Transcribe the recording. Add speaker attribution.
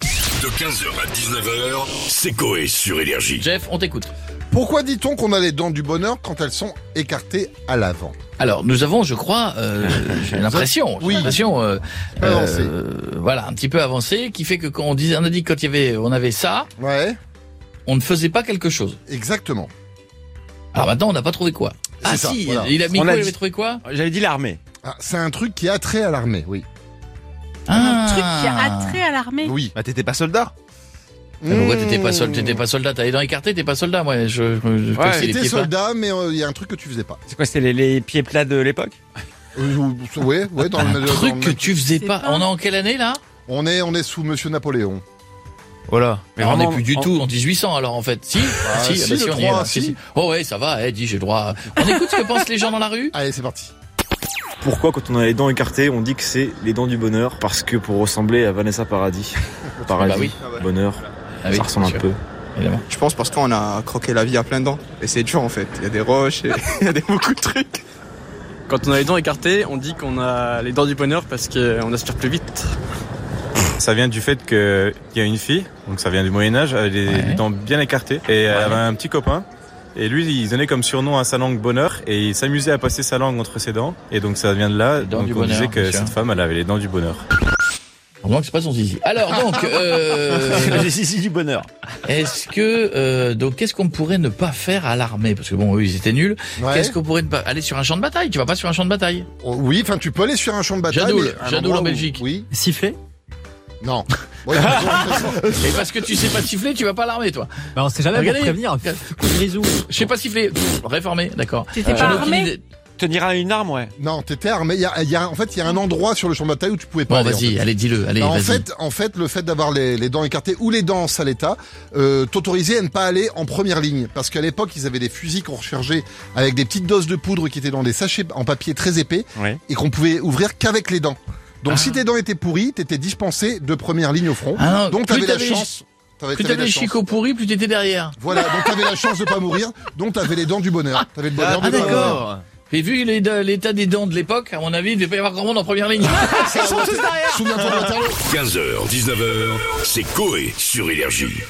Speaker 1: De 15h à 19h, c'est Coé sur Énergie.
Speaker 2: Jeff, on t'écoute.
Speaker 3: Pourquoi dit-on qu'on a les dents du bonheur quand elles sont écartées à l'avant
Speaker 2: Alors, nous avons, je crois, euh, j'ai l'impression, j'ai
Speaker 3: Oui.
Speaker 2: l'impression, euh,
Speaker 3: Avancé.
Speaker 2: euh, voilà, un petit peu avancée, qui fait que quand on disait, on a dit que quand il y avait, on avait ça,
Speaker 3: Ouais,
Speaker 2: on ne faisait pas quelque chose.
Speaker 3: exactement.
Speaker 2: Alors maintenant, on n'a pas trouvé quoi. Ah
Speaker 3: ça,
Speaker 2: si,
Speaker 3: voilà.
Speaker 2: il a mis
Speaker 4: On
Speaker 2: quoi, il
Speaker 4: a dit-
Speaker 2: avait trouvé quoi
Speaker 4: J'avais dit l'armée.
Speaker 3: Ah, c'est un truc qui a trait à l'armée, oui.
Speaker 2: ah.
Speaker 5: un truc qui a attrait à l'armée.
Speaker 3: Oui.
Speaker 4: Bah t'étais pas soldat
Speaker 2: Ah, Mais Pourquoi t'étais pas
Speaker 3: Mmh.
Speaker 2: soldat T'étais pas soldat, t'avais dans écarté, t'étais pas soldat, moi. Je, je, je crois que c'est les
Speaker 3: T'étais
Speaker 2: pieds plats.
Speaker 3: soldat, mais euh, il y a un truc que tu faisais pas.
Speaker 4: C'est quoi, c'était les, les pieds plats de l'époque
Speaker 3: Euh, ou- ou- ouais, ouais, dans le,
Speaker 2: Un
Speaker 3: dans le-
Speaker 2: truc que tu faisais
Speaker 5: C'est
Speaker 2: pas.
Speaker 5: pas-
Speaker 2: On est en quelle année là
Speaker 3: On est, on est sous Monsieur Napoléon.
Speaker 4: Voilà. Mais
Speaker 2: Alors,
Speaker 4: vraiment,
Speaker 2: on n'est plus du
Speaker 4: en-
Speaker 2: tout en 1800 alors en fait. Si,
Speaker 3: Ah, si, le
Speaker 2: on y est,
Speaker 3: 3,
Speaker 2: là.
Speaker 3: si.
Speaker 2: Oh ouais, ça va, eh, dis, j'ai le droit. On écoute ce que pensent les gens dans la rue
Speaker 3: Allez, c'est parti.
Speaker 6: Pourquoi quand on a les dents écartées, on dit que c'est les dents du bonheur Parce que pour ressembler à Vanessa Paradis, Paradis,
Speaker 2: Bah oui.
Speaker 6: bonheur,
Speaker 2: Ah oui,
Speaker 6: ça ressemble
Speaker 2: bien
Speaker 6: un
Speaker 2: sûr,
Speaker 6: peu.
Speaker 2: évidemment.
Speaker 7: Je pense parce qu'on a croqué la vie à plein dents. Et c'est dur en fait. Il y a des roches, et il y a des beaucoup de trucs.
Speaker 8: Quand on a les dents écartées, on dit qu'on a les dents du bonheur parce qu'on aspire plus vite.
Speaker 9: Ça vient du fait qu'il y a une fille, donc ça vient du Moyen-Âge, elle avait
Speaker 2: Ouais.
Speaker 9: des dents bien écartées, et elle avait un petit copain. Et lui, il donnait comme surnom à sa langue bonheur, et il s'amusait à passer sa langue entre ses dents, et donc ça vient de là.
Speaker 2: Les dents
Speaker 9: Donc
Speaker 2: du
Speaker 9: on
Speaker 2: bonheur,
Speaker 9: disait
Speaker 2: bien
Speaker 9: que
Speaker 2: sûr.
Speaker 9: cette femme, elle avait les dents du bonheur.
Speaker 2: Heureusement que c'est pas son zizi. Alors donc, euh,
Speaker 4: J'ai saisi du bonheur.
Speaker 2: est-ce que euh, donc qu'est-ce qu'on pourrait ne pas faire à l'armée Parce que bon, eux ils étaient nuls.
Speaker 3: Ouais.
Speaker 2: Qu'est-ce qu'on pourrait ne pas aller sur un champ de bataille Tu vas pas sur un champ de bataille.
Speaker 3: Oh, Oui, enfin, tu peux aller sur un champ de bataille.
Speaker 2: Jadoul,
Speaker 3: mais à un
Speaker 2: Jadoul
Speaker 3: endroit
Speaker 2: en
Speaker 3: où-
Speaker 2: Belgique.
Speaker 3: Oui.
Speaker 10: Siffler
Speaker 3: Non. Ouais, ils ont-
Speaker 2: Et parce que tu sais pas siffler, tu vas pas à l'armée toi.
Speaker 10: Bah on sait jamais
Speaker 2: Regardez.
Speaker 10: pour prévenir. Grisou.
Speaker 2: Je sais pas siffler. Pff, Réformé, d'accord. J'en
Speaker 5: T'étais
Speaker 2: ai
Speaker 5: pas
Speaker 2: aucune
Speaker 5: armé
Speaker 2: idée.
Speaker 4: Tenir à une arme, ouais.
Speaker 3: non, t'étais armé. Il y a, il y a- en fait, il y a un endroit sur le champ de bataille où tu pouvais pas.
Speaker 2: Bon,
Speaker 3: aller, Bah, en fait.
Speaker 2: vas-y, allez, dis-le, allez,
Speaker 3: Non, en
Speaker 2: vas-y.
Speaker 3: fait, en fait, le fait d'avoir les, les dents écartées ou les dents en sale état euh, t'autorisait à ne pas aller en première ligne parce qu'à l'époque ils avaient des fusils qu'on rechargeait avec des petites doses de poudre qui étaient dans des sachets en papier très épais
Speaker 4: Ouais.
Speaker 3: et qu'on pouvait ouvrir qu'avec les dents. Donc si tes dents étaient pourries, t'étais dispensé de première ligne au front.
Speaker 2: Ah non,
Speaker 3: donc
Speaker 2: plus
Speaker 3: t'avais la
Speaker 2: t'avais-
Speaker 3: chance. T'avais,
Speaker 2: Plus
Speaker 3: t'avais
Speaker 2: t'avais les
Speaker 3: la chance.
Speaker 2: chicots pourris, plus t'étais derrière.
Speaker 3: Voilà, donc t'avais la chance de pas mourir. Donc t'avais les dents du bonheur. T'avais le bonheur
Speaker 2: Ah,
Speaker 3: de pas mourir.
Speaker 2: Et vu les- l'état des dents de l'époque, à mon avis, il devait pas y avoir grand monde en première ligne.
Speaker 3: Souviens-toi de Waterloo.
Speaker 1: 15h, 19h, c'est Coé sur Énergie.